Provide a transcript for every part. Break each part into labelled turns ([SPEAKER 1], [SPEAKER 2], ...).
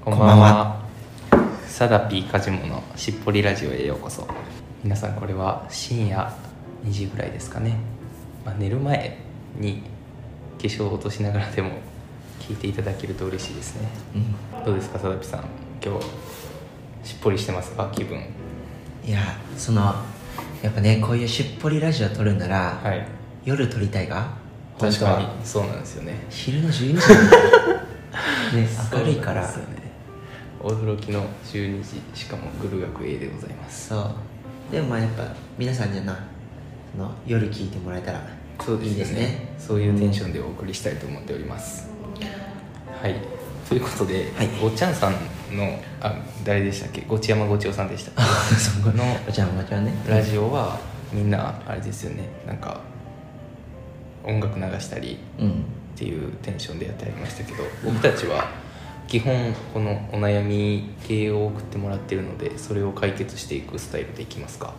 [SPEAKER 1] こんばんはサダピーカジモのしっぽりラジオへようこそ皆さんこれは深夜2時ぐらいですかね、まあ、寝る前に化粧を落としながらでも聞いていただけると嬉しいですね
[SPEAKER 2] うん
[SPEAKER 1] どうですかサダピさん今日しっぽりしてますか気分
[SPEAKER 2] いやそのやっぱねこういうしっぽりラジオ撮るなら、
[SPEAKER 1] はい
[SPEAKER 2] 夜撮りたいが
[SPEAKER 1] 確
[SPEAKER 2] 本
[SPEAKER 1] か
[SPEAKER 2] 当
[SPEAKER 1] に
[SPEAKER 2] は
[SPEAKER 1] そうなんですよね
[SPEAKER 2] 昼の12時 にね明るいから
[SPEAKER 1] そうなんですよね驚きの12時しかもグル学 A でございます
[SPEAKER 2] そうでもまあやっぱ皆さんにはなその夜聞いてもらえたら
[SPEAKER 1] そうですね
[SPEAKER 2] いいです ね
[SPEAKER 1] そういうテンションでお送りしたいと思っております、はいということで、
[SPEAKER 2] はい
[SPEAKER 1] ごちゃんさんのあ誰でしたっけごちやまごちおさんでした
[SPEAKER 2] そ
[SPEAKER 1] こ
[SPEAKER 2] こ
[SPEAKER 1] の
[SPEAKER 2] お茶お待ちはね
[SPEAKER 1] ラジオはみんなあれですよねなんか音楽流したり
[SPEAKER 2] うん
[SPEAKER 1] っていうテンションでやってありましたけど僕たちは基本このお悩み系を送ってもらってるのでそれを解決していくスタイルでいきますか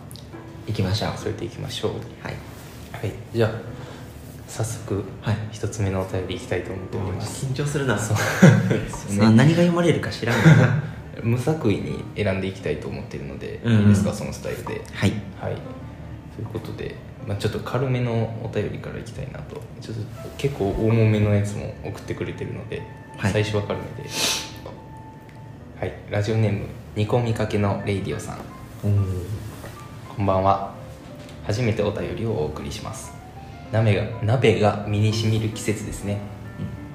[SPEAKER 2] 行きましょう
[SPEAKER 1] それでいきましょう
[SPEAKER 2] はい
[SPEAKER 1] はいじゃあ早速
[SPEAKER 2] はい
[SPEAKER 1] 一つ目のお便りいきたいと思っております
[SPEAKER 2] 緊張するな
[SPEAKER 1] そうです
[SPEAKER 2] な
[SPEAKER 1] ね
[SPEAKER 2] 何が読まれるか知らんか らな
[SPEAKER 1] 無作為に選んでいきたいと思ってるので、
[SPEAKER 2] うんうん
[SPEAKER 1] いいですかそのスタイルで
[SPEAKER 2] はい
[SPEAKER 1] はいということで、まあ、ちょっと軽めのお便りからいきたいなとちょっと結構大もめのやつも送ってくれてるので、
[SPEAKER 2] はい
[SPEAKER 1] 最初は軽めではいラジオネームニコ見かけのレイディオさん
[SPEAKER 2] うん
[SPEAKER 1] こんばんは初めてお便りをお送りします鍋が鍋が身にしみる季節ですね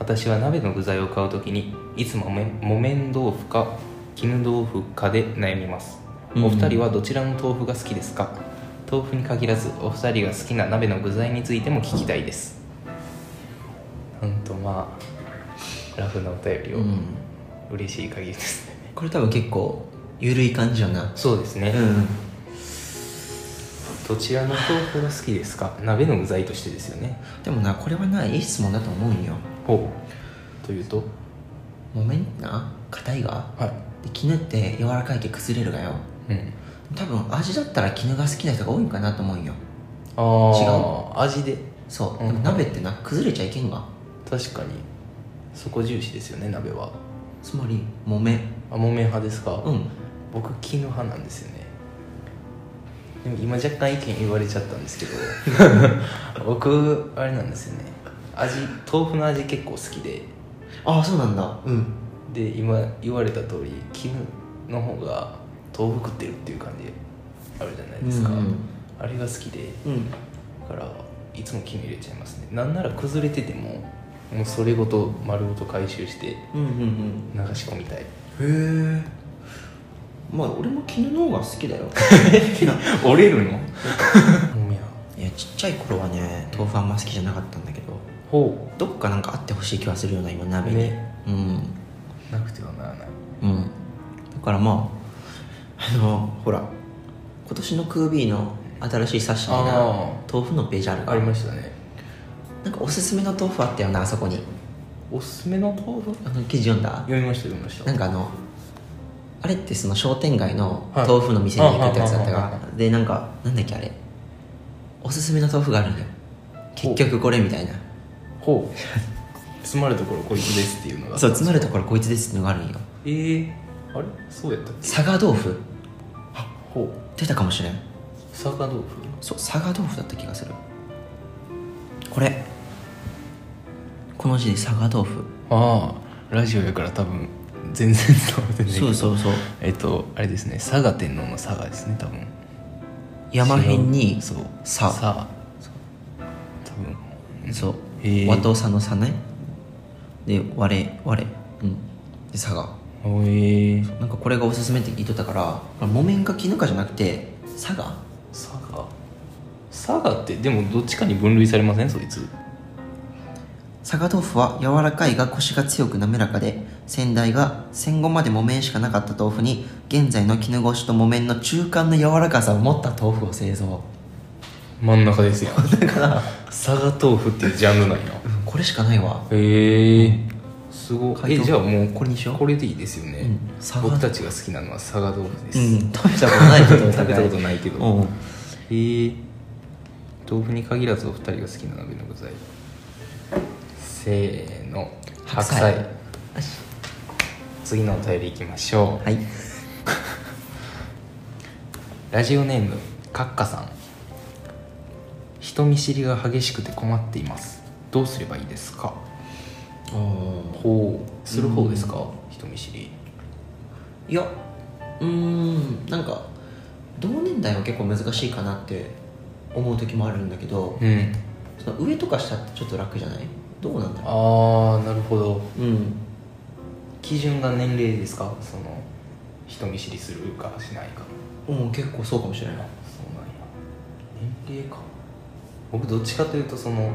[SPEAKER 1] 私は鍋の具材を買うときにいつもめ木綿豆腐か絹豆腐かで悩みます
[SPEAKER 2] うん
[SPEAKER 1] お二人はどちらの豆腐が好きですか豆腐に限らずお二人が好きな鍋の具材についても聞きたいですなんとまあラフなお便りを、
[SPEAKER 2] うん
[SPEAKER 1] 嬉しい限りですね
[SPEAKER 2] これ多分結構ゆるい感じよな
[SPEAKER 1] そうですね、
[SPEAKER 2] うん
[SPEAKER 1] どちらの豆腐が好きですか鍋の具材としてですよね
[SPEAKER 2] でもなこれはないい質問だと思うんよ
[SPEAKER 1] ほうというと
[SPEAKER 2] 木綿ってな硬いが
[SPEAKER 1] はい
[SPEAKER 2] で絹って柔らかいけ崩れるがよ
[SPEAKER 1] うん
[SPEAKER 2] 多分味だったら絹が好きな人が多いんかなと思うんよ
[SPEAKER 1] あー味で
[SPEAKER 2] そう、
[SPEAKER 1] うん
[SPEAKER 2] でも鍋ってな崩れちゃいけんが
[SPEAKER 1] 確かにそこ重視ですよね鍋は
[SPEAKER 2] つまり木綿
[SPEAKER 1] あ木綿派ですか、
[SPEAKER 2] うん
[SPEAKER 1] 僕絹派なんですよねでも今若干意見言われちゃったんですけ ど僕あれなんですよね味豆腐の味結構好きで
[SPEAKER 2] ああそうなんだうん
[SPEAKER 1] で今言われた通り絹の方が豆腐食ってるっていう感じあるじゃないですか、
[SPEAKER 2] うんうん
[SPEAKER 1] あれが好きで
[SPEAKER 2] うん
[SPEAKER 1] だからいつも絹入れちゃいますねなんなら崩れててももうそれごと丸ごと回収して
[SPEAKER 2] うん
[SPEAKER 1] 流し込みたい
[SPEAKER 2] うんうんへえまあ俺も絹の方が好きだよ
[SPEAKER 1] 折れる のごめん
[SPEAKER 2] いやちっちゃい頃はね豆腐あんま好きじゃなかったんだけど
[SPEAKER 1] ほ
[SPEAKER 2] どっかなんかあってほしい気はするような今鍋に、
[SPEAKER 1] ね
[SPEAKER 2] うん
[SPEAKER 1] うなくてはならない
[SPEAKER 2] うんだからまああのほら今年のクービーの新しい冊子にな
[SPEAKER 1] あ
[SPEAKER 2] 豆腐のページあるか
[SPEAKER 1] あ
[SPEAKER 2] ら
[SPEAKER 1] りましたね
[SPEAKER 2] なんかおすすめの豆腐あったよなあそこに
[SPEAKER 1] おすすめの豆腐
[SPEAKER 2] あの記事読んだ
[SPEAKER 1] 読みました読みまし
[SPEAKER 2] な
[SPEAKER 1] た
[SPEAKER 2] んかあのあれってその商店街の
[SPEAKER 1] はい
[SPEAKER 2] 豆腐の店に行くってやつだった
[SPEAKER 1] あはいはい
[SPEAKER 2] がでなんかなんだっけあれおすすめの豆腐があるんだよ結局これみたいな
[SPEAKER 1] ほう詰まるところこいつですっていうのが
[SPEAKER 2] そう詰まるところこいつですってのがあるんよ
[SPEAKER 1] えー、あれそうやったっけ
[SPEAKER 2] 佐賀豆腐
[SPEAKER 1] ほう
[SPEAKER 2] 出たかもしれん
[SPEAKER 1] 佐賀豆腐
[SPEAKER 2] そう佐賀豆腐だった気がするこれこの字で佐賀豆腐
[SPEAKER 1] ああラジオやから多分全然伝わってないけ
[SPEAKER 2] そ
[SPEAKER 1] ど
[SPEAKER 2] うそうそう
[SPEAKER 1] えっとあれですね佐賀天皇の佐賀ですね多分
[SPEAKER 2] 山辺に
[SPEAKER 1] そう
[SPEAKER 2] さ
[SPEAKER 1] そう多分
[SPEAKER 2] そう
[SPEAKER 1] へえ
[SPEAKER 2] 和とさのさねで我我うんで佐賀
[SPEAKER 1] おえ
[SPEAKER 2] なんかこれがおすすめって言っとったからこれ木綿か絹かじゃなくて佐賀
[SPEAKER 1] 佐賀佐賀ってでもどっちかに分類されませんそいつ
[SPEAKER 2] 佐賀豆腐は柔らかいがコシが強く滑らかで先代が戦後まで木綿しかなかった豆腐に現在の絹ごしと木綿の中間の柔らかさを持った豆腐を製造
[SPEAKER 1] 真ん中ですよだから佐賀豆腐っていうジャンルなんや
[SPEAKER 2] これしかないわ
[SPEAKER 1] へえすごい
[SPEAKER 2] 解
[SPEAKER 1] え
[SPEAKER 2] 凍
[SPEAKER 1] じゃあもう
[SPEAKER 2] これにしよう
[SPEAKER 1] これでいいですよね、
[SPEAKER 2] うん佐賀
[SPEAKER 1] 僕たちが好きなのは佐賀豆腐で
[SPEAKER 2] う
[SPEAKER 1] す、
[SPEAKER 2] ん食べたことないけど
[SPEAKER 1] 食べたことないけど
[SPEAKER 2] うん
[SPEAKER 1] へえ豆腐に限らずお二人が好きな鍋の具材せーの白菜
[SPEAKER 2] よし
[SPEAKER 1] 次のお便りいきましょう
[SPEAKER 2] はい
[SPEAKER 1] ラジオネームカッカさん人見知りが激しくて困っていますどうすればいいですかほうする方ですか、人見知り
[SPEAKER 2] いやうーんなんか同年代は結構難しいかなって思う時もあるんだけど
[SPEAKER 1] うん
[SPEAKER 2] その上とか下ってちょっと楽じゃないどうなんだろ
[SPEAKER 1] ああなるほど
[SPEAKER 2] ううん
[SPEAKER 1] 基準が年齢ですかその人見知りするかしないか
[SPEAKER 2] うん結構そうかもしれない
[SPEAKER 1] そうなんや年齢か僕どっちかというとその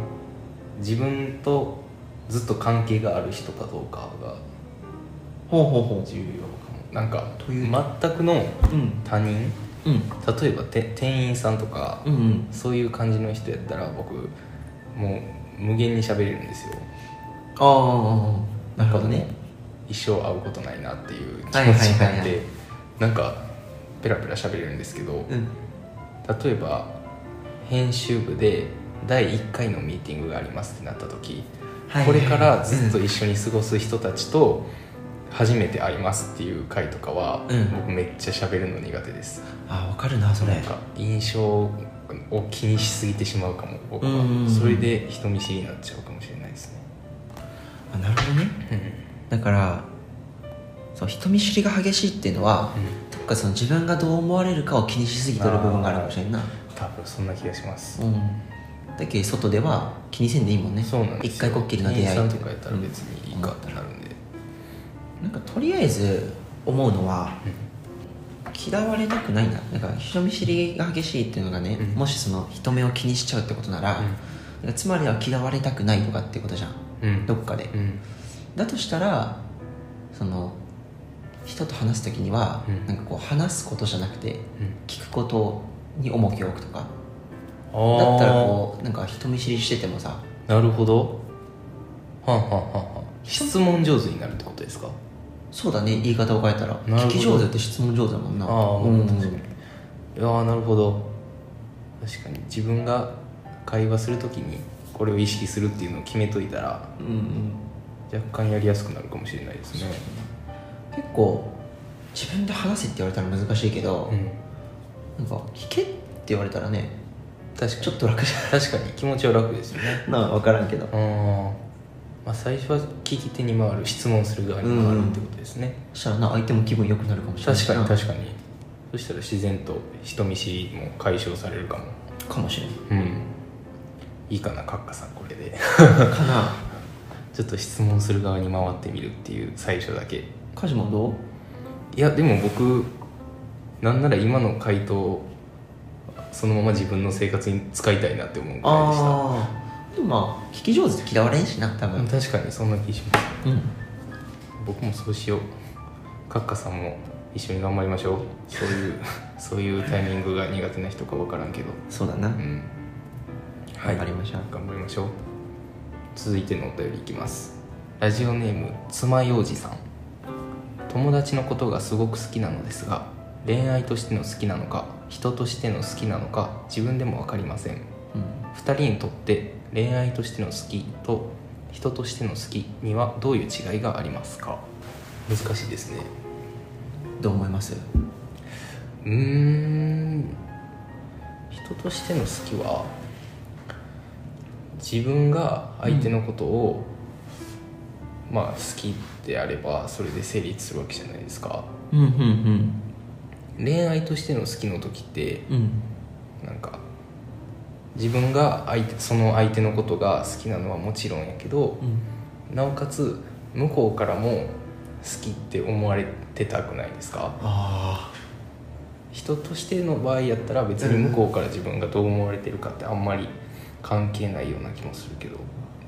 [SPEAKER 1] 自分とずっと関係がある人かどうかが
[SPEAKER 2] ほうほうほ
[SPEAKER 1] 重要かもなんか
[SPEAKER 2] という
[SPEAKER 1] 全くの
[SPEAKER 2] ううん
[SPEAKER 1] 他人
[SPEAKER 2] うん
[SPEAKER 1] 例えばて店員さんとか、
[SPEAKER 2] うんうん
[SPEAKER 1] そういう感じの人やったら僕もう無限に喋れるんですよ
[SPEAKER 2] ああなるほど
[SPEAKER 1] なん
[SPEAKER 2] ね
[SPEAKER 1] かもう一生会うことないなっていう気持ち
[SPEAKER 2] はいはいはいはい
[SPEAKER 1] なんでなんかペラペラ喋れるんですけど、
[SPEAKER 2] うん
[SPEAKER 1] 例えば編集部で第1回のミーティングがありますってなった時、
[SPEAKER 2] はい
[SPEAKER 1] これからずっと一緒に過ごす人たちと初めて会いますっていう回とかは、
[SPEAKER 2] うん
[SPEAKER 1] 僕めっちゃ喋るの苦手です、
[SPEAKER 2] あわかるなそれ
[SPEAKER 1] なんか印象を気にしすぎてしまうかも僕
[SPEAKER 2] うんうんう
[SPEAKER 1] は
[SPEAKER 2] ん
[SPEAKER 1] それで人見知りになっちゃうかもしれないですね
[SPEAKER 2] あなるほどね
[SPEAKER 1] うん
[SPEAKER 2] だからそう人見知りが激しいっていうのはどっかその自分がどう思われるかを気にしすぎてる部分があるかもしれんな
[SPEAKER 1] 多分そんな気がします
[SPEAKER 2] うんだけど外では気にせんでいいもんね
[SPEAKER 1] そうなんです
[SPEAKER 2] 一回こっきりの出
[SPEAKER 1] 店
[SPEAKER 2] 会い
[SPEAKER 1] 員
[SPEAKER 2] って
[SPEAKER 1] さんと
[SPEAKER 2] いう
[SPEAKER 1] かやったら別にいいかってなるんで、
[SPEAKER 2] なんかとりあえず思うのは、嫌われたくないななんか人見知りが激しいっていうのがね、
[SPEAKER 1] うん
[SPEAKER 2] もしその人目を気にしちゃうってことなら、なんかつまりは嫌われたくないとかってことじゃん
[SPEAKER 1] うん
[SPEAKER 2] どっかで、
[SPEAKER 1] うん
[SPEAKER 2] だとしたらその人と話す時には、
[SPEAKER 1] うん
[SPEAKER 2] なんかこう話すことじゃなくて
[SPEAKER 1] うん
[SPEAKER 2] 聞くことに重きを置くとかだ
[SPEAKER 1] だ
[SPEAKER 2] ったらこうなんか人見知りしててもさ
[SPEAKER 1] なるほどはんはんはんはん質問上手になるってことですか
[SPEAKER 2] そうだね言い方を変えたら
[SPEAKER 1] るほど
[SPEAKER 2] 聞き上手って質問上手だもんな
[SPEAKER 1] ああ
[SPEAKER 2] うんうん
[SPEAKER 1] 確かにいやーなるほど確かに自分が会話するときにこれを意識するっていうのを決めといたら
[SPEAKER 2] うん
[SPEAKER 1] 若干やりやすくなるかもしれないですね
[SPEAKER 2] 結構自分で話せって言われたら難しいけど、
[SPEAKER 1] うん
[SPEAKER 2] なんか聞けって言われたらね
[SPEAKER 1] 確か
[SPEAKER 2] ちょ
[SPEAKER 1] に
[SPEAKER 2] っと楽じゃ
[SPEAKER 1] 確かに気持ちは楽ですよね
[SPEAKER 2] んな分からんけど
[SPEAKER 1] うん、まあ、最初は聞き手に回る質問する側に回るってことですね、
[SPEAKER 2] そしたらな相手も気分良くなるかもしれない
[SPEAKER 1] 確かに
[SPEAKER 2] か
[SPEAKER 1] 確かにそしたら自然と人見知りも解消されるかも
[SPEAKER 2] にかもしれ
[SPEAKER 1] うんいいかなカッカさんこれで
[SPEAKER 2] ないかな
[SPEAKER 1] ちょっと質問する側に回ってみるっていう最初だけい
[SPEAKER 2] カジもどう
[SPEAKER 1] やでも僕なんなら今の回答そのまま自分の生活に使いたいなって思うぐらいでした
[SPEAKER 2] ああでもまあ聞き上手って嫌われんしな多
[SPEAKER 1] うん
[SPEAKER 2] 分
[SPEAKER 1] 確かにそんな気します
[SPEAKER 2] うん
[SPEAKER 1] 僕もそうしようカッカさんも一緒に頑張りましょうそういう そういうタイミングが苦手な人か分からんけど
[SPEAKER 2] そうだな、
[SPEAKER 1] うんはい
[SPEAKER 2] 頑張りましょう
[SPEAKER 1] 頑張りましょう続いてのお便りいきますラジオネーム妻ようじさん友達のことがすごく好きなのですが恋愛としての好きなのか人としての好きなのか自分でも分かりません
[SPEAKER 2] うん
[SPEAKER 1] 2人にとって恋愛としての好きと人としての好きにはどういう違いがありますか難しいですね
[SPEAKER 2] どう思います
[SPEAKER 1] うーん人としての好きは自分が相手のことを、まあ好きであればそれで成立するわけじゃないですか
[SPEAKER 2] うんうん
[SPEAKER 1] 恋愛としての好きの時って
[SPEAKER 2] うんうん
[SPEAKER 1] なんか自分が相手その相手のことが好きなのはもちろんやけど
[SPEAKER 2] う、ん
[SPEAKER 1] なおかつ向こうからも好きって思われてたくないですか
[SPEAKER 2] あ
[SPEAKER 1] 人としての場合やったら別に向こうから自分がどう思われてるかってあんまり関係ないような気もするけど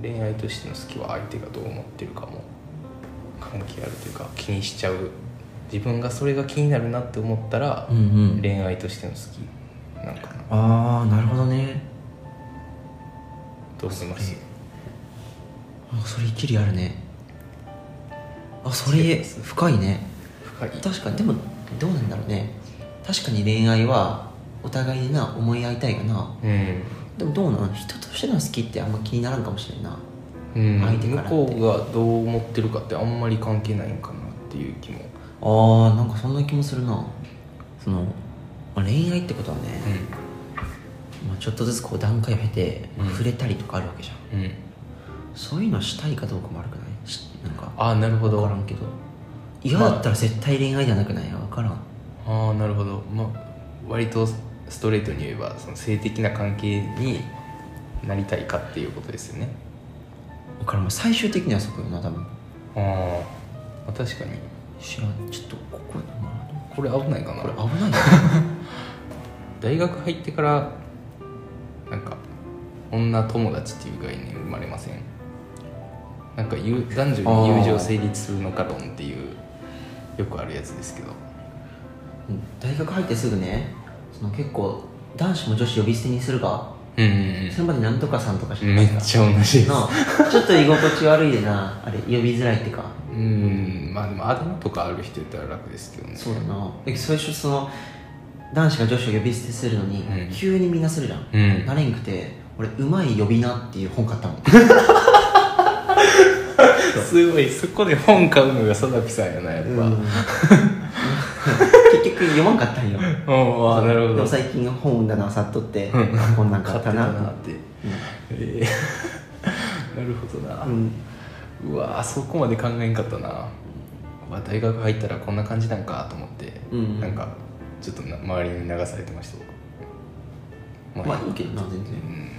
[SPEAKER 1] 恋愛としての好きは相手がどう思ってるかも関係あるというか気にしちゃう自分がそれが気になるなって思ったら
[SPEAKER 2] あうんうん
[SPEAKER 1] 恋愛としての好きなんかな
[SPEAKER 2] ああなるほどね
[SPEAKER 1] と思います
[SPEAKER 2] あそれ一理あるねあそれ深いね
[SPEAKER 1] 深い
[SPEAKER 2] 確かにでもどうなんだろうね確かに恋愛はお互いにな思い合いたいがな
[SPEAKER 1] うん
[SPEAKER 2] でもどうなん人としての好きってあんま気にならんかもしれんな
[SPEAKER 1] うん、
[SPEAKER 2] 相手からって
[SPEAKER 1] 向こうがどう思ってるかってあんまり関係ないんかなってっていう気も、
[SPEAKER 2] あーなんかそんな気もするなその、まあ、恋愛ってことはね、まあ、ちょっとずつこう段階を経て、
[SPEAKER 1] うん
[SPEAKER 2] 触れたりとかあるわけじゃん
[SPEAKER 1] うんうん
[SPEAKER 2] そういうのしたいかどうかも悪くないしなんか
[SPEAKER 1] ああなるほ
[SPEAKER 2] 分
[SPEAKER 1] ど
[SPEAKER 2] からんけど嫌だったら絶対恋愛じゃなくない分からん
[SPEAKER 1] ああなるほどまあ割とストレートに言えばその性的な関係になりたいかっていうことですよね
[SPEAKER 2] 分からん最終的にはそこよな多分
[SPEAKER 1] あーまあ確かに
[SPEAKER 2] 知らんちょっとここやな
[SPEAKER 1] これ危ないかな
[SPEAKER 2] これ危 ないな
[SPEAKER 1] 大学入ってからなんか女友達っていう概念生まれませんなんか友男女に友情成立するのか論っていうよくあるやつですけど
[SPEAKER 2] 大学入ってすぐねその結構男子も女子呼び捨てにするが、
[SPEAKER 1] うん
[SPEAKER 2] それまでなんとかさんとかし
[SPEAKER 1] う
[SPEAKER 2] か
[SPEAKER 1] んうんめっち
[SPEAKER 2] ゃ
[SPEAKER 1] ゃ同じです
[SPEAKER 2] なあちょっと居心地悪いでなあれ呼びづらいってか
[SPEAKER 1] うんまあでもあだ名とかある人やったら楽ですけどね
[SPEAKER 2] そうだなで最初その男子が女子を呼び捨てするのに、
[SPEAKER 1] うん
[SPEAKER 2] 急にみんなするじゃん、
[SPEAKER 1] うん
[SPEAKER 2] なれんくて俺うまい呼びなっていう本買ったもん
[SPEAKER 1] すごいそこで本買うのが貞木さんやなやっぱ、
[SPEAKER 2] うん 結局読まんかったんよ
[SPEAKER 1] うんあなるほ
[SPEAKER 2] で
[SPEAKER 1] ど
[SPEAKER 2] も最近本棚あさっとって、
[SPEAKER 1] うん
[SPEAKER 2] あこんなん買
[SPEAKER 1] 買
[SPEAKER 2] っ
[SPEAKER 1] って
[SPEAKER 2] た
[SPEAKER 1] た
[SPEAKER 2] な
[SPEAKER 1] なって、えー なるほどな、
[SPEAKER 2] うん
[SPEAKER 1] うわーそこまで考えんかったな、まあ、大学入ったらこんな感じなんかと思って、
[SPEAKER 2] うんうん
[SPEAKER 1] なんかちょっとな周りに流されてました僕
[SPEAKER 2] まあいいけどな全
[SPEAKER 1] う
[SPEAKER 2] 然
[SPEAKER 1] ん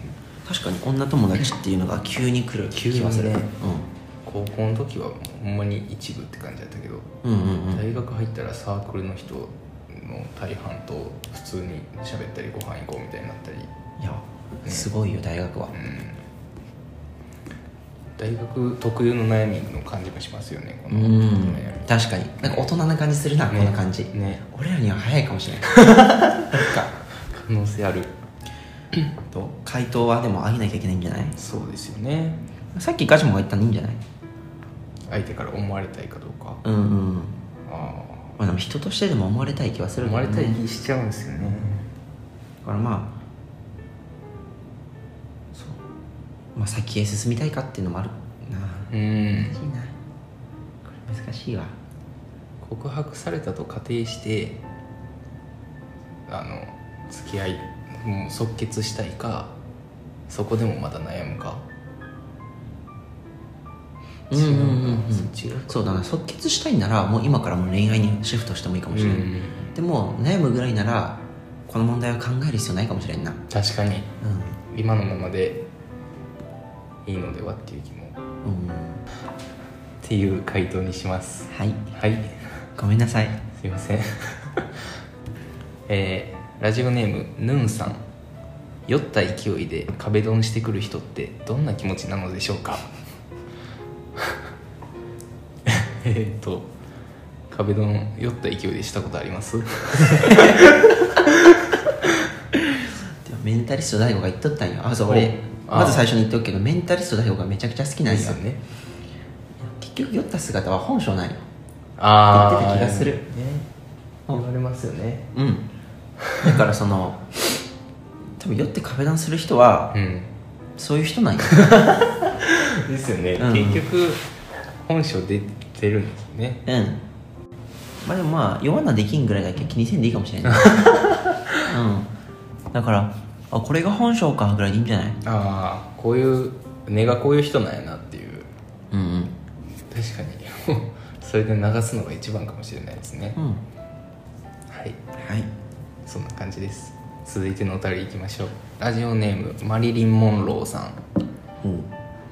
[SPEAKER 2] 確かに女友達っていうのが急に来る気はす
[SPEAKER 1] 急
[SPEAKER 2] る、
[SPEAKER 1] にね高校の時はほんまに一部って感じだったけど、
[SPEAKER 2] うん、うんうんうん
[SPEAKER 1] 大学入ったらサークルの人の大半と普通に喋ったりご飯行こうみたいになったり
[SPEAKER 2] いやすごいよ大学は、
[SPEAKER 1] 大学特有の悩みの感じがしますよねこ
[SPEAKER 2] う
[SPEAKER 1] の
[SPEAKER 2] ん
[SPEAKER 1] この悩み
[SPEAKER 2] 確かになんか大人な感じするな、
[SPEAKER 1] ね
[SPEAKER 2] この感じ、
[SPEAKER 1] ね
[SPEAKER 2] 俺らには早いかもし れないなんか
[SPEAKER 1] 可能性ある
[SPEAKER 2] と回答はでもあげなきゃいけないんじゃない
[SPEAKER 1] そうですよね
[SPEAKER 2] さっきガジモが言ったのいいんじゃない
[SPEAKER 1] 相手から思われたいかどうか
[SPEAKER 2] うんうん
[SPEAKER 1] あ
[SPEAKER 2] まあでも人としてでも思われたい気は
[SPEAKER 1] あ
[SPEAKER 2] する
[SPEAKER 1] 思われたい
[SPEAKER 2] だ
[SPEAKER 1] 気しちゃうんですよね
[SPEAKER 2] からまあそうまあ先へ進みたいかっていうのもあるな
[SPEAKER 1] うん
[SPEAKER 2] 難しいなこれ難しいわ
[SPEAKER 1] 告白されたと仮定してあの付き合いもう即決したいかそこでもまだ悩むか
[SPEAKER 2] うんうんうんうん
[SPEAKER 1] そっちが
[SPEAKER 2] そうだな即決したいならもう今からもう恋愛にシフトしてもいいかもしれない、
[SPEAKER 1] うん
[SPEAKER 2] でも悩むぐらいならこの問題を考える必要ないかもしれんな
[SPEAKER 1] 確かに
[SPEAKER 2] う
[SPEAKER 1] 今のままでいいのではっていう気もっ
[SPEAKER 2] ん、うん、
[SPEAKER 1] ていう回答にします
[SPEAKER 2] はい
[SPEAKER 1] はい
[SPEAKER 2] ごめんなさい
[SPEAKER 1] すいません えーラジオネームヌンさん酔った勢いで壁ドンしてくる人ってどんな気持ちなのでしょうか えーっと壁ドン酔った勢いでしたことあります
[SPEAKER 2] でもメンタリスト大悟が言っとったんよあそう俺
[SPEAKER 1] おあ
[SPEAKER 2] まず最初に言っとくけどメンタリスト大悟がめちゃくちゃ好きなん
[SPEAKER 1] で
[SPEAKER 2] よ
[SPEAKER 1] すよね
[SPEAKER 2] 結局酔った姿は本性ないよ
[SPEAKER 1] あ
[SPEAKER 2] 言
[SPEAKER 1] あ
[SPEAKER 2] ってる気がする
[SPEAKER 1] ね言われますよね
[SPEAKER 2] うんだからその多分酔って壁ドンする人は
[SPEAKER 1] うん
[SPEAKER 2] そういう人 なんよ
[SPEAKER 1] ですよね、
[SPEAKER 2] うん
[SPEAKER 1] 結局本性出てるんですよね
[SPEAKER 2] うんまあでもまあ弱なできんぐらいだけ気にせんでいいかもしれ ないうんだからあこれが本性かぐらいでいいんじゃない
[SPEAKER 1] ああこういう根がこういう人なんやなっていう
[SPEAKER 2] うんうん
[SPEAKER 1] 確かに それで流すのが一番かもしれないですね、
[SPEAKER 2] うん
[SPEAKER 1] はい
[SPEAKER 2] はい
[SPEAKER 1] そんな感じです続いてのお便りいきましょうラジオネームマリリン・モンローさん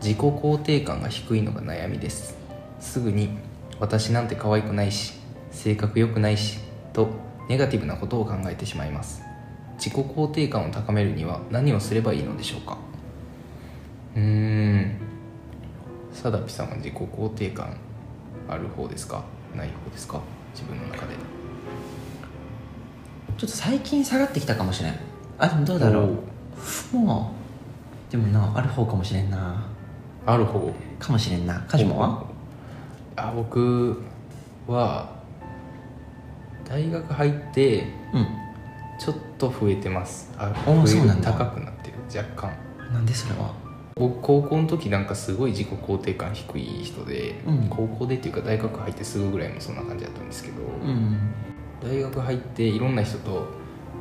[SPEAKER 1] 自己肯定感が低いのが悩みですすぐに「私なんて可愛くないし性格良くないし」とネガティブなことを考えてしまいます自己肯定感を高めるには何をすればいいのでしょうかうーんサダピさんは自己肯定感ある方ですかない方ですか自分の中で
[SPEAKER 2] ちょっと最近下がってきたかもしれんあでもどうだろうもうでもなある方かもしれんな
[SPEAKER 1] ある方
[SPEAKER 2] かもしれんなカジモは
[SPEAKER 1] あ僕は大学入って
[SPEAKER 2] うん
[SPEAKER 1] ちょっと増えてますあ
[SPEAKER 2] おーそうなんだ
[SPEAKER 1] 高くなってる若干
[SPEAKER 2] なんでそれは
[SPEAKER 1] 僕高校の時なんかすごい自己肯定感低い人で、
[SPEAKER 2] うん
[SPEAKER 1] 高校でっていうか大学入ってすぐぐらいもそんな感じだったんですけど、
[SPEAKER 2] うん
[SPEAKER 1] 大学入っていろんな人と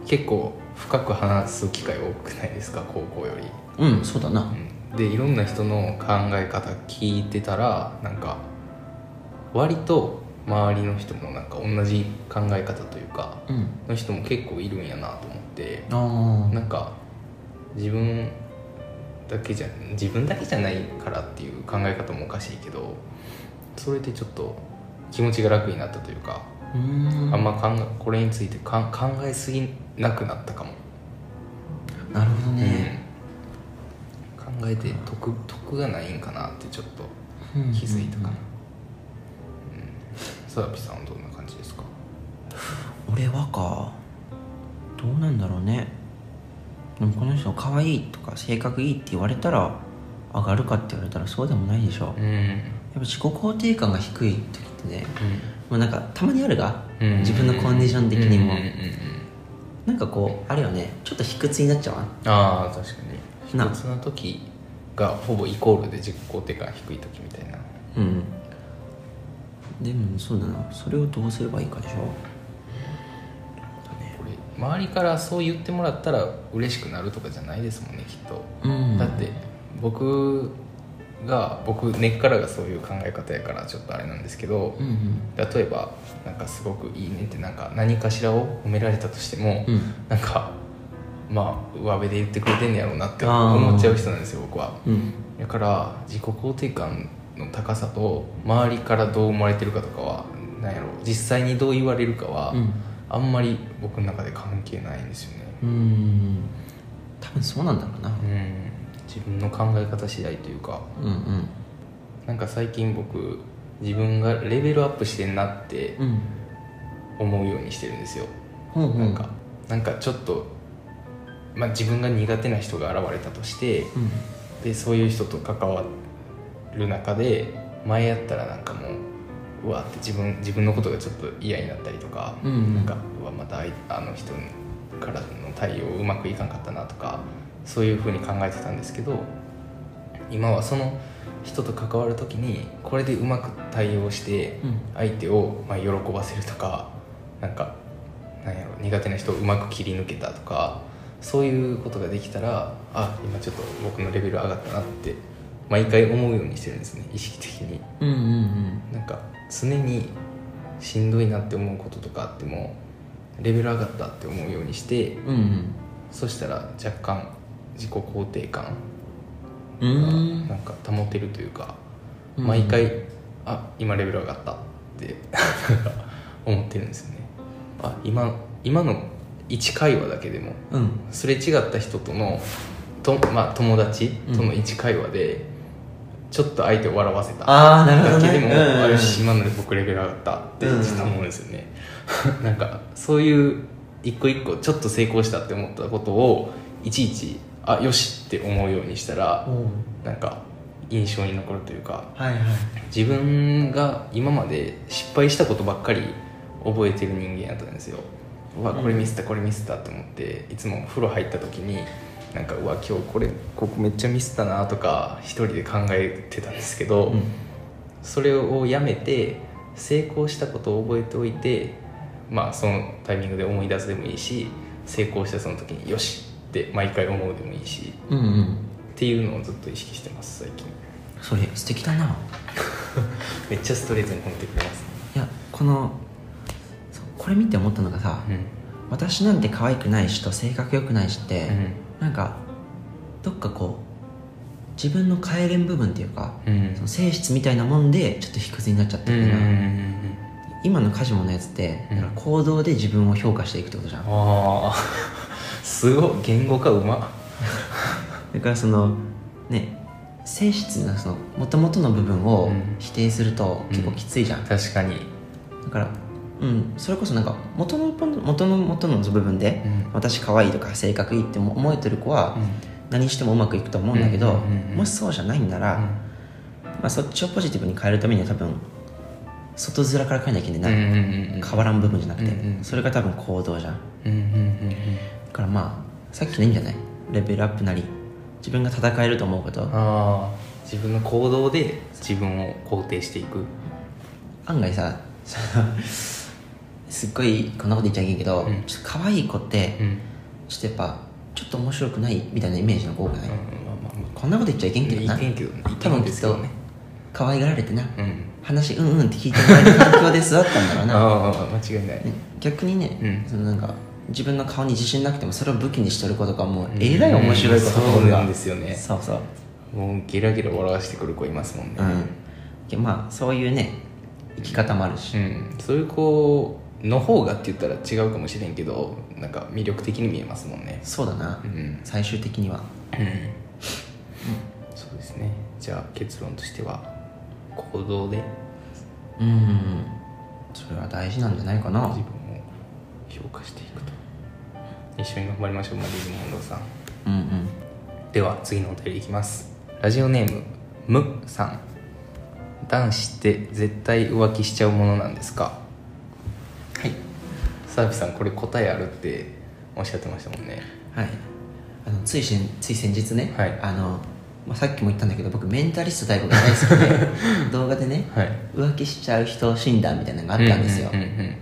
[SPEAKER 1] 結構深く話す機会多くないですか高校より、
[SPEAKER 2] うんそうだな
[SPEAKER 1] うんでいろんな人の考え方聞いてたらなんか割と周りの人もなんか同じ考え方というか
[SPEAKER 2] うん
[SPEAKER 1] の人も結構いるんやなと思って
[SPEAKER 2] あ
[SPEAKER 1] なんか自分だけじゃ自分だけじゃないからっていう考え方もおかしいけどそれでちょっと気持ちが楽になったというか
[SPEAKER 2] あうん
[SPEAKER 1] あんま考えこれについてかん考えすぎなくなったかも、
[SPEAKER 2] なるほどね、
[SPEAKER 1] うん考えて得得がないんかなってちょっと気づいたかな、うんサラピさんはどんな感じですか
[SPEAKER 2] 俺はかどうなんだろうねでもこの人可愛いとか性格いいって言われたら上がるかって言われたらそうでもないでしょ、
[SPEAKER 1] う
[SPEAKER 2] やっ
[SPEAKER 1] ん
[SPEAKER 2] ぱ自己肯定感が低い時ってねもうなんかたまにあるが、
[SPEAKER 1] うん
[SPEAKER 2] 自分のコンディション的にも、
[SPEAKER 1] うんうんうんうん
[SPEAKER 2] なんかこうあれよねちょっと卑屈になっちゃうわ
[SPEAKER 1] ああ確かに
[SPEAKER 2] な
[SPEAKER 1] 卑屈な時がほぼイコールで自己肯定感低い時みたいな
[SPEAKER 2] うんでもそうだなそれをどうすればいいかでしょ
[SPEAKER 1] これ周りからそう言ってもらったら嬉しくなるとかじゃないですもんねきっと
[SPEAKER 2] うん
[SPEAKER 1] だって僕が僕根っからがそういう考え方やからちょっとあれなんですけど
[SPEAKER 2] うん
[SPEAKER 1] 例えばなんかすごくいいねってなんか何かしらを褒められたとしても、
[SPEAKER 2] うん
[SPEAKER 1] なんかまあ上辺で言ってくれてんねやろうなって思っちゃう人なんですよ僕は
[SPEAKER 2] うんうん
[SPEAKER 1] だから自己肯定感の高さと周りからどう思われてるかとかはなんやろう実際にどう言われるかは、
[SPEAKER 2] うん
[SPEAKER 1] あんまり僕の中で関係ないんですよね
[SPEAKER 2] うん多分そうなんだろうな
[SPEAKER 1] うん自分の考え方次第というか
[SPEAKER 2] うんうん
[SPEAKER 1] なんか最近僕自分がレベルアップしてんなって
[SPEAKER 2] うん
[SPEAKER 1] 思うようにしてるんですよ、
[SPEAKER 2] ほうほう
[SPEAKER 1] なんかなんかちょっと、まあ、自分が苦手な人が現れたとして
[SPEAKER 2] うん
[SPEAKER 1] でそういう人と関わる中で前やったらなんかもううわって自分自分のことがちょっと嫌になったりとか、
[SPEAKER 2] うんうん
[SPEAKER 1] なんかうわまたあいあの人からの対応うまくいかんかったなとかそういうふうに考えてたんですけど今はその人と関わる時にこれでうまく対応して
[SPEAKER 2] うん
[SPEAKER 1] 相手をまあ喜ばせるとかなんかなんやろ苦手な人をうまく切り抜けたとかそういうことができたらあ今ちょっと僕のレベル上がったなって毎回思うようにしてるんですね意識的に
[SPEAKER 2] うんうん
[SPEAKER 1] なんか常にしんどいなって思うこととかあってもレベル上がったって思うようにして
[SPEAKER 2] うんうん
[SPEAKER 1] そしたら若干自己肯定感
[SPEAKER 2] う
[SPEAKER 1] が
[SPEAKER 2] ん
[SPEAKER 1] なんか保てるというか、
[SPEAKER 2] うん
[SPEAKER 1] 毎回あ今レベル上がったって なんか思ってるんですよねあ今今の1会話だけでも
[SPEAKER 2] うん
[SPEAKER 1] すれ違った人とのと、まあ、友達との1会話でちょっと相手を笑わせた
[SPEAKER 2] ああなる
[SPEAKER 1] だ
[SPEAKER 2] ほど
[SPEAKER 1] け
[SPEAKER 2] ね
[SPEAKER 1] でも、あ
[SPEAKER 2] うん
[SPEAKER 1] よし今ので僕レベル上がったって
[SPEAKER 2] うん
[SPEAKER 1] 実は思うんですよね、 なんかそういう一個一個ちょっと成功したって思ったことをいちいちあよしって思うようにしたら
[SPEAKER 2] おう
[SPEAKER 1] なんか印象に残るというか
[SPEAKER 2] はいはい
[SPEAKER 1] 自分が今まで失敗したことばっかり覚えてる人間やったんですようわこれミスったこれミスったって思っていつもお風呂入った時になんかうわ今日これここめっちゃミスったなとか一人で考えてたんですけど、
[SPEAKER 2] うん
[SPEAKER 1] それをやめて成功したことを覚えておいてまあそのタイミングで思い出すでもいいし成功したその時によしって毎回思うでもいいし
[SPEAKER 2] うんうん
[SPEAKER 1] っていうのをずっと意識してます最近
[SPEAKER 2] それ素敵だな
[SPEAKER 1] めっちゃストレートに褒めてくれますね
[SPEAKER 2] いやこのそうこれ見て思ったのがさ、私なんて可愛くないしと性格良くないしって、なんかどっかこう自分の変えれん部分っていうか、
[SPEAKER 1] うんうん
[SPEAKER 2] その性質みたいなもんでちょっと卑屈になっちゃって
[SPEAKER 1] うん
[SPEAKER 2] る
[SPEAKER 1] うん
[SPEAKER 2] か
[SPEAKER 1] う
[SPEAKER 2] ら、
[SPEAKER 1] ん
[SPEAKER 2] 今のカジモのやつって
[SPEAKER 1] うん
[SPEAKER 2] だから行動で自分を評価していくってことじゃん、
[SPEAKER 1] ああすごい言語化うま
[SPEAKER 2] だからそのね性質のその元々の部分を
[SPEAKER 1] うん
[SPEAKER 2] 否定すると結構きついじゃん、
[SPEAKER 1] 確かに
[SPEAKER 2] だからうんそれこそなんか元の元の元の部分で、
[SPEAKER 1] うん
[SPEAKER 2] 私可愛いとか性格いいって思えてる子は、何してもうまくいくと思うんだけど、
[SPEAKER 1] うんうんうんうん
[SPEAKER 2] もしそうじゃないんなら、まあ、そっちをポジティブに変えるためには多分外面から変えなきゃいけ
[SPEAKER 1] う
[SPEAKER 2] なんい、
[SPEAKER 1] うんうん
[SPEAKER 2] 変わらん部分じゃなくて、
[SPEAKER 1] うんうん
[SPEAKER 2] それが多分行動じゃんだ
[SPEAKER 1] うんうんうんうん
[SPEAKER 2] からまあさっきのいいんじゃないレベルアップなり自分が戦えると思うこと
[SPEAKER 1] あー自分の行動で自分を肯定していく
[SPEAKER 2] 案外さそのすっごいこんなこと言っちゃいけんけど、
[SPEAKER 1] うん
[SPEAKER 2] ちょっと可愛い子って、
[SPEAKER 1] うん、
[SPEAKER 2] ちょっとやっぱちょっと面白くないみたいなイメージの子多くない、
[SPEAKER 1] うん、まあまあま
[SPEAKER 2] こんなこと言っちゃいけ
[SPEAKER 1] あ
[SPEAKER 2] んけどな
[SPEAKER 1] 意見けどね
[SPEAKER 2] 多分
[SPEAKER 1] 意見ですけどね
[SPEAKER 2] 可愛がられてな、
[SPEAKER 1] うん
[SPEAKER 2] 話うんうんって聞いてもらえる環境で育ったんだろうな、
[SPEAKER 1] ああ間違いない、
[SPEAKER 2] ね逆にね、
[SPEAKER 1] うん
[SPEAKER 2] そのなんか自分の顔に自信なくてもそれを武器にしてる子とかもう
[SPEAKER 1] うん
[SPEAKER 2] えらい面白いこと
[SPEAKER 1] そうなんですよね
[SPEAKER 2] そうそう
[SPEAKER 1] もうゲラゲラ笑わしてくる子いますもんね
[SPEAKER 2] うんけまあそういうね生き方もあるし、
[SPEAKER 1] うんそういう子の方がって言ったら違うかもしれんけどなんか魅力的に見えますもんね
[SPEAKER 2] そうだな、
[SPEAKER 1] うん、うん、
[SPEAKER 2] 最終的には
[SPEAKER 1] そうですねじゃあ結論としては行動で
[SPEAKER 2] うんそれは大事なんじゃないかな
[SPEAKER 1] 自分を評価していくと一緒に頑張りましょうマリーズ・モンローさん
[SPEAKER 2] うんうん
[SPEAKER 1] では次のお便りいきますラジオネームむさん男子って絶対浮気しちゃうものなんですか
[SPEAKER 2] はい
[SPEAKER 1] サービさんこれ答えあるっておっしゃってましたもんね
[SPEAKER 2] はいあのつい先つい先日ね、
[SPEAKER 1] はい
[SPEAKER 2] あのまあ、さっきも言ったんだけど僕メンタリスト大悟が大好き で動画でね
[SPEAKER 1] はい
[SPEAKER 2] 浮気しちゃう人診断みたいなのがあったんですよ、
[SPEAKER 1] うんうんうん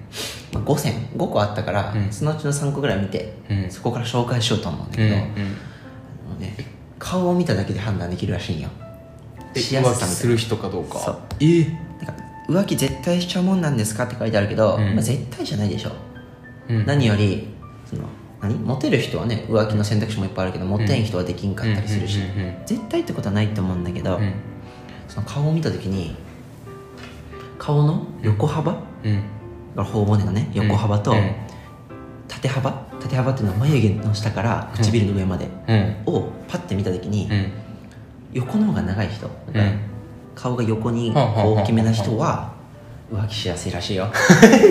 [SPEAKER 2] まあ、5選5個あったから、
[SPEAKER 1] うん
[SPEAKER 2] そのうちの3個ぐらい見て、
[SPEAKER 1] うん
[SPEAKER 2] そこから紹介しようと思うんだ
[SPEAKER 1] うん
[SPEAKER 2] けど、
[SPEAKER 1] う
[SPEAKER 2] あ
[SPEAKER 1] ん
[SPEAKER 2] のね、顔を見ただけで判断できるらしいんよ
[SPEAKER 1] え
[SPEAKER 2] し
[SPEAKER 1] 浮
[SPEAKER 2] や
[SPEAKER 1] 気
[SPEAKER 2] すさ
[SPEAKER 1] す
[SPEAKER 2] み
[SPEAKER 1] る人かどうか
[SPEAKER 2] そう
[SPEAKER 1] え
[SPEAKER 2] たいななんか浮気絶対しちゃうもんなんですかって書いてあるけど、
[SPEAKER 1] うん
[SPEAKER 2] まあ、絶対じゃないでしょ、
[SPEAKER 1] うん
[SPEAKER 2] 何よりその何モテる人はね浮気の選択肢もいっぱいあるけどモテん人はできんかったりするし、
[SPEAKER 1] うんうんうんうん
[SPEAKER 2] 絶対ってことはないと思うんだけど、
[SPEAKER 1] うん
[SPEAKER 2] その顔を見た時に顔の横幅、
[SPEAKER 1] うん
[SPEAKER 2] だから頬骨のね横幅と
[SPEAKER 1] うんうん
[SPEAKER 2] 縦幅縦幅っていうのは眉毛の下から唇の上まで
[SPEAKER 1] うん
[SPEAKER 2] をパッて見た時に
[SPEAKER 1] うん
[SPEAKER 2] 横の方が長い人だから
[SPEAKER 1] うん
[SPEAKER 2] 顔が横に
[SPEAKER 1] はあはあはあ
[SPEAKER 2] こう大きめな人は浮気しやすいら しいよ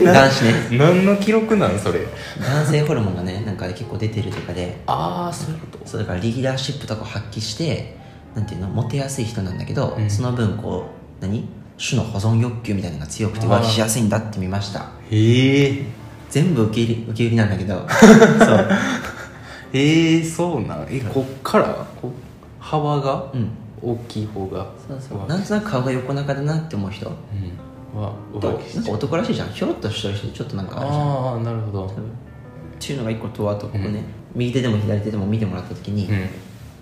[SPEAKER 2] 男子ね
[SPEAKER 1] 何の記録なんそれ
[SPEAKER 2] 男性ホルモンがねなんか結構出てるとかで
[SPEAKER 1] ああそういうこと
[SPEAKER 2] そうだからリーダーシップとかを発揮してなんていうのモテやすい人なんだけど、
[SPEAKER 1] うん
[SPEAKER 2] その分こう何種の保存欲求みたいなのが強くて浮気しやすいんだって見ました
[SPEAKER 1] へえ
[SPEAKER 2] 全部受け入れ受け売りなんだけ どそう
[SPEAKER 1] へえそうなんえこっからこ幅が
[SPEAKER 2] うん
[SPEAKER 1] 大きい方が
[SPEAKER 2] そうそう
[SPEAKER 1] わ
[SPEAKER 2] なんとなく顔が横長だなって思う人
[SPEAKER 1] うんは
[SPEAKER 2] と
[SPEAKER 1] 浮気
[SPEAKER 2] な
[SPEAKER 1] し
[SPEAKER 2] ん
[SPEAKER 1] ち
[SPEAKER 2] か
[SPEAKER 1] ゃう
[SPEAKER 2] 男らしいじゃんひょろっとしてる人ちょっとなんかあるじゃんっ
[SPEAKER 1] ああなるほど
[SPEAKER 2] ていうのが一個とあとここね、右手でも左手でも見てもらった時に、
[SPEAKER 1] うん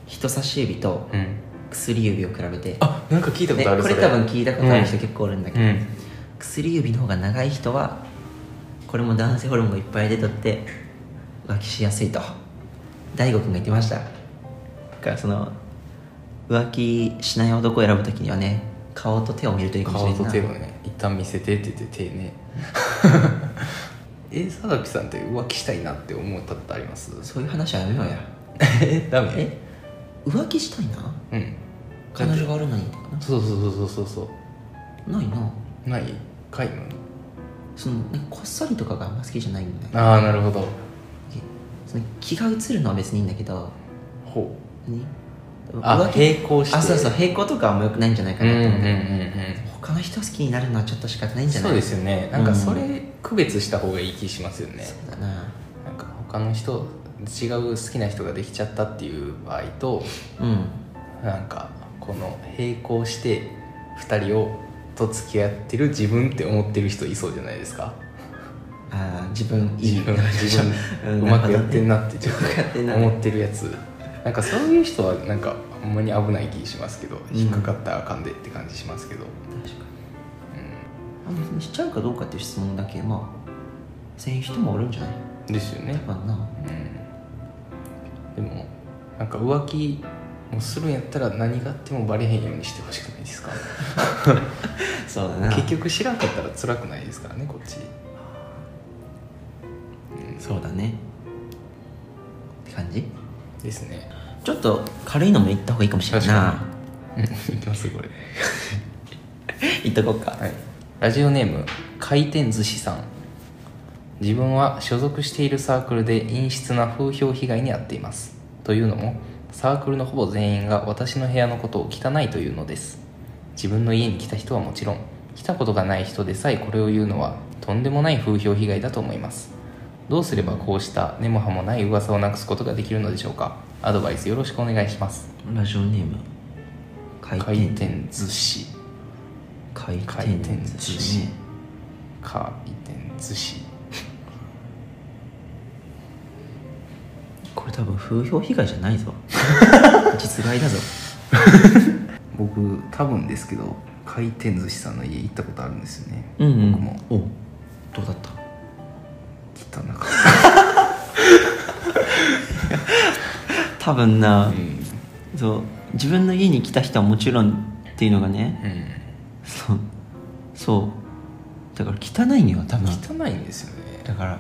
[SPEAKER 2] 人差し指と
[SPEAKER 1] うん
[SPEAKER 2] 薬指を比べて、
[SPEAKER 1] あなんか聞いたこ
[SPEAKER 2] ね、
[SPEAKER 1] とある
[SPEAKER 2] これ
[SPEAKER 1] そ
[SPEAKER 2] 多分聞いたことある人
[SPEAKER 1] うん
[SPEAKER 2] 結構おるんだけ
[SPEAKER 1] う
[SPEAKER 2] ど、
[SPEAKER 1] ん
[SPEAKER 2] 薬指の方が長い人はこれも男性ホルモンがいっぱい出とって浮気しやすいと大悟くんが言ってましただからその浮気しない男を選ぶ時にはね顔と手を見るといいかもしれ
[SPEAKER 1] 顔
[SPEAKER 2] ない
[SPEAKER 1] と手
[SPEAKER 2] な
[SPEAKER 1] をね一旦見せてって言って手 ねえ佐々木さんって浮気したいなって思ったことあります
[SPEAKER 2] そういう話はやめようや
[SPEAKER 1] えダメ
[SPEAKER 2] え浮気したいな
[SPEAKER 1] うん
[SPEAKER 2] 彼女がおるのにとか
[SPEAKER 1] そうそうそうそうそうそ
[SPEAKER 2] なないな
[SPEAKER 1] うないかいのに
[SPEAKER 2] そのなんかこっそりとかがあんま好きじゃないんだよ
[SPEAKER 1] ああなるほど
[SPEAKER 2] その気が移るのは別にいいんだけど
[SPEAKER 1] ほ
[SPEAKER 2] 何
[SPEAKER 1] うあ
[SPEAKER 2] 浮気
[SPEAKER 1] 並行して
[SPEAKER 2] あそうそう平行とかはもうよくないんじゃないか
[SPEAKER 1] うん
[SPEAKER 2] な
[SPEAKER 1] う
[SPEAKER 2] と
[SPEAKER 1] んうん
[SPEAKER 2] 思
[SPEAKER 1] う
[SPEAKER 2] うんだけど、
[SPEAKER 1] ん
[SPEAKER 2] 他の人好きになるのはちょっと仕方ないんじゃない
[SPEAKER 1] そうですよねなん
[SPEAKER 2] う
[SPEAKER 1] か
[SPEAKER 2] ん
[SPEAKER 1] それ区別した方がいい気しますよね
[SPEAKER 2] そうだな
[SPEAKER 1] なんか他の人違う好きな人ができちゃったっていう場合と
[SPEAKER 2] うん
[SPEAKER 1] なんかこの並行して2人をと付き合ってる自分って思ってる人いそうじゃないですか
[SPEAKER 2] あー自分い
[SPEAKER 1] 自
[SPEAKER 2] い
[SPEAKER 1] 分自
[SPEAKER 2] う
[SPEAKER 1] 分
[SPEAKER 2] ん
[SPEAKER 1] うまくやってんなってちょっ
[SPEAKER 2] うまくやってん
[SPEAKER 1] と
[SPEAKER 2] な
[SPEAKER 1] 思ってるやつなんかそういう人はなんかほんまに危ない気しますけど
[SPEAKER 2] ん
[SPEAKER 1] 引っかかったらあかんでって感じしますけど、うん
[SPEAKER 2] 確かにあ別にしちゃうかどうかっていう質問だけまあせん人もおるんじゃない
[SPEAKER 1] ですよね
[SPEAKER 2] 多分な
[SPEAKER 1] でもなんか浮気もするんやったら何があってもバレへんようにしてほしくないですか
[SPEAKER 2] そうだな
[SPEAKER 1] 結局知らんかったら辛くないですからねこっち
[SPEAKER 2] そうだねって感じ
[SPEAKER 1] ですね
[SPEAKER 2] ちょっと軽いのも言った方がいいかもしれないな
[SPEAKER 1] うんいきますこれ
[SPEAKER 2] 言っとこうか、
[SPEAKER 1] はい、ラジオネーム回転寿司さん自分は所属しているサークルで陰湿な風評被害に遭っていますというのもサークルのほぼ全員が私の部屋のことを汚いというのです自分の家に来た人はもちろん来たことがない人でさえこれを言うのはとんでもない風評被害だと思いますどうすればこうした根も葉もない噂をなくすことができるのでしょうかアドバイスよろしくお願いします
[SPEAKER 2] ラジオネーム回
[SPEAKER 1] 回
[SPEAKER 2] 転
[SPEAKER 1] 転寿司
[SPEAKER 2] 回
[SPEAKER 1] 回
[SPEAKER 2] 転
[SPEAKER 1] 転
[SPEAKER 2] 寿
[SPEAKER 1] 寿
[SPEAKER 2] 司
[SPEAKER 1] 司
[SPEAKER 2] ね
[SPEAKER 1] 回転寿司
[SPEAKER 2] これ多分風評被害じゃな いぞ実害だぞ
[SPEAKER 1] 僕多分ですけど回転寿司さんの家行ったことあるんですよね、僕も
[SPEAKER 2] おどうだった
[SPEAKER 1] きっとなんか
[SPEAKER 2] 多分な
[SPEAKER 1] う、ん、
[SPEAKER 2] そう自分の家に来た人はもちろんっていうのがねそうそうだから汚いには多分
[SPEAKER 1] うん、汚いんですよね
[SPEAKER 2] だから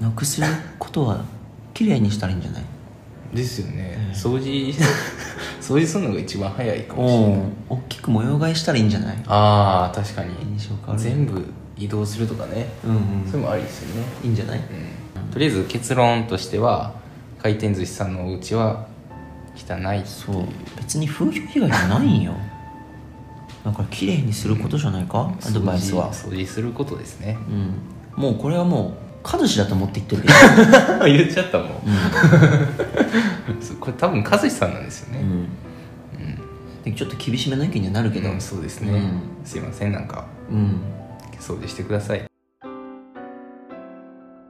[SPEAKER 2] なくすことは綺麗にしたらいいんじゃない
[SPEAKER 1] ですよね、
[SPEAKER 2] うん
[SPEAKER 1] 掃 除掃除するのが一番早いかもしれない
[SPEAKER 2] お大きく模様替えしたらいいんじゃない
[SPEAKER 1] ああ確かに
[SPEAKER 2] 印象変わる
[SPEAKER 1] 全部移動するとかね、
[SPEAKER 2] うん
[SPEAKER 1] それもありですよね、
[SPEAKER 2] いいんじゃない
[SPEAKER 1] うん、とりあえず結論としては回転寿司さんのお家は汚い
[SPEAKER 2] そう別に風評被害じゃないんよだから綺麗にすることじゃないか、アドバイスは
[SPEAKER 1] 掃除掃除することですね
[SPEAKER 2] うんもうこれはもう彼氏だと思って言ってるけ ど、
[SPEAKER 1] 言っちゃったもん これ多分和志さんなんですよ
[SPEAKER 2] う
[SPEAKER 1] ね、
[SPEAKER 2] んでちょっと厳しめな意見にはなるけ
[SPEAKER 1] け
[SPEAKER 2] ど
[SPEAKER 1] どそうですね、
[SPEAKER 2] うん
[SPEAKER 1] すいませんなんか
[SPEAKER 2] うん
[SPEAKER 1] 掃除してください